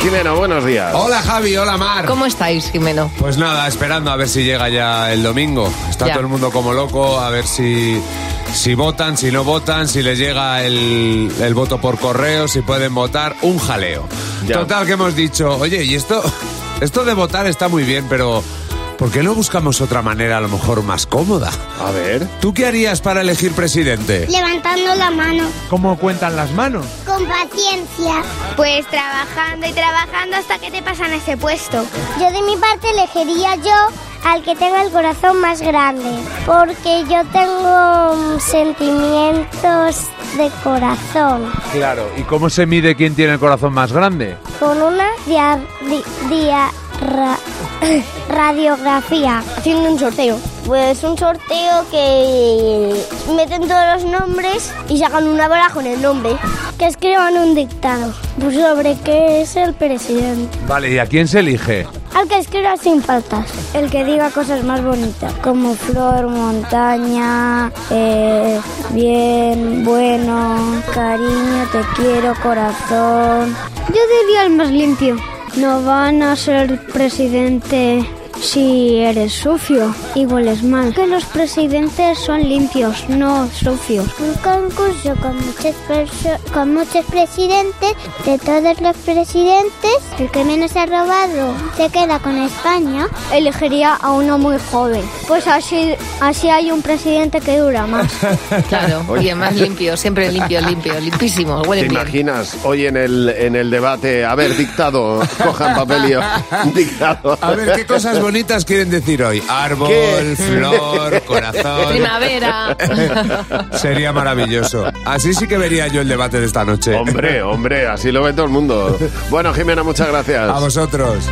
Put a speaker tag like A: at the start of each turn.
A: Jimeno, buenos días.
B: Hola Javi, hola Mar.
C: ¿Cómo estáis, Jimeno?
B: Pues nada, esperando a ver si llega ya el domingo. Está
C: Ya.
B: todo el mundo como loco, a ver si, si votan, si no votan, si les llega el, el voto por correo, si pueden votar, un jaleo.
A: Ya.
B: Total que hemos dicho, oye, y esto, esto de votar está muy bien, pero ¿por qué no buscamos otra manera a lo mejor más cómoda?
A: A ver.
B: ¿Tú qué harías para elegir presidente?
D: Levantando la mano
E: ¿Cómo cuentan las manos?
D: con paciencia.
F: Pues trabajando y trabajando hasta que te pasan ese puesto.
D: Yo de mi parte elegiría yo al que tenga el corazón más grande, porque yo tengo mm, sentimientos de corazón.
E: Claro, ¿y cómo se mide quién tiene el corazón más grande?
D: con una dia, di- dia- ra- radiografía. Haciendo un sorteo. Pues un sorteo que meten todos los nombres y sacan una bola con el nombre. Que escriban un dictado Pues sobre qué es el presidente.
E: Vale, ¿y a quién se elige?
D: Al que escriba sin faltas. El que diga cosas más bonitas, como flor, montaña, eh, bien, bueno, cariño, te quiero, corazón.
F: Yo diría el más limpio. No van a ser presidente si eres sucio y hueles mal. Que los presidentes son limpios, no sucios.
D: un concurso con muchos, perso- con muchos presidentes, de todos los presidentes, el que menos ha robado se queda con España.
F: Elegiría a uno muy joven. Pues así, así hay un presidente que dura más.
C: Claro, y el más limpio, siempre limpio, limpio, limpísimo,
A: ¿Te
C: huele bien.
A: imaginas hoy en el, en el debate, a ver, dictado, cojan papel y dictado?
B: A ver, ¿qué cosas bonitas quieren decir hoy? Árbol,
A: ¿Qué?
B: flor, corazón.
C: Primavera.
B: Sería maravilloso. Así sí que vería yo el debate de esta noche.
A: Hombre, hombre, así lo ve todo el mundo. Bueno, Jimena, muchas gracias.
B: A vosotros.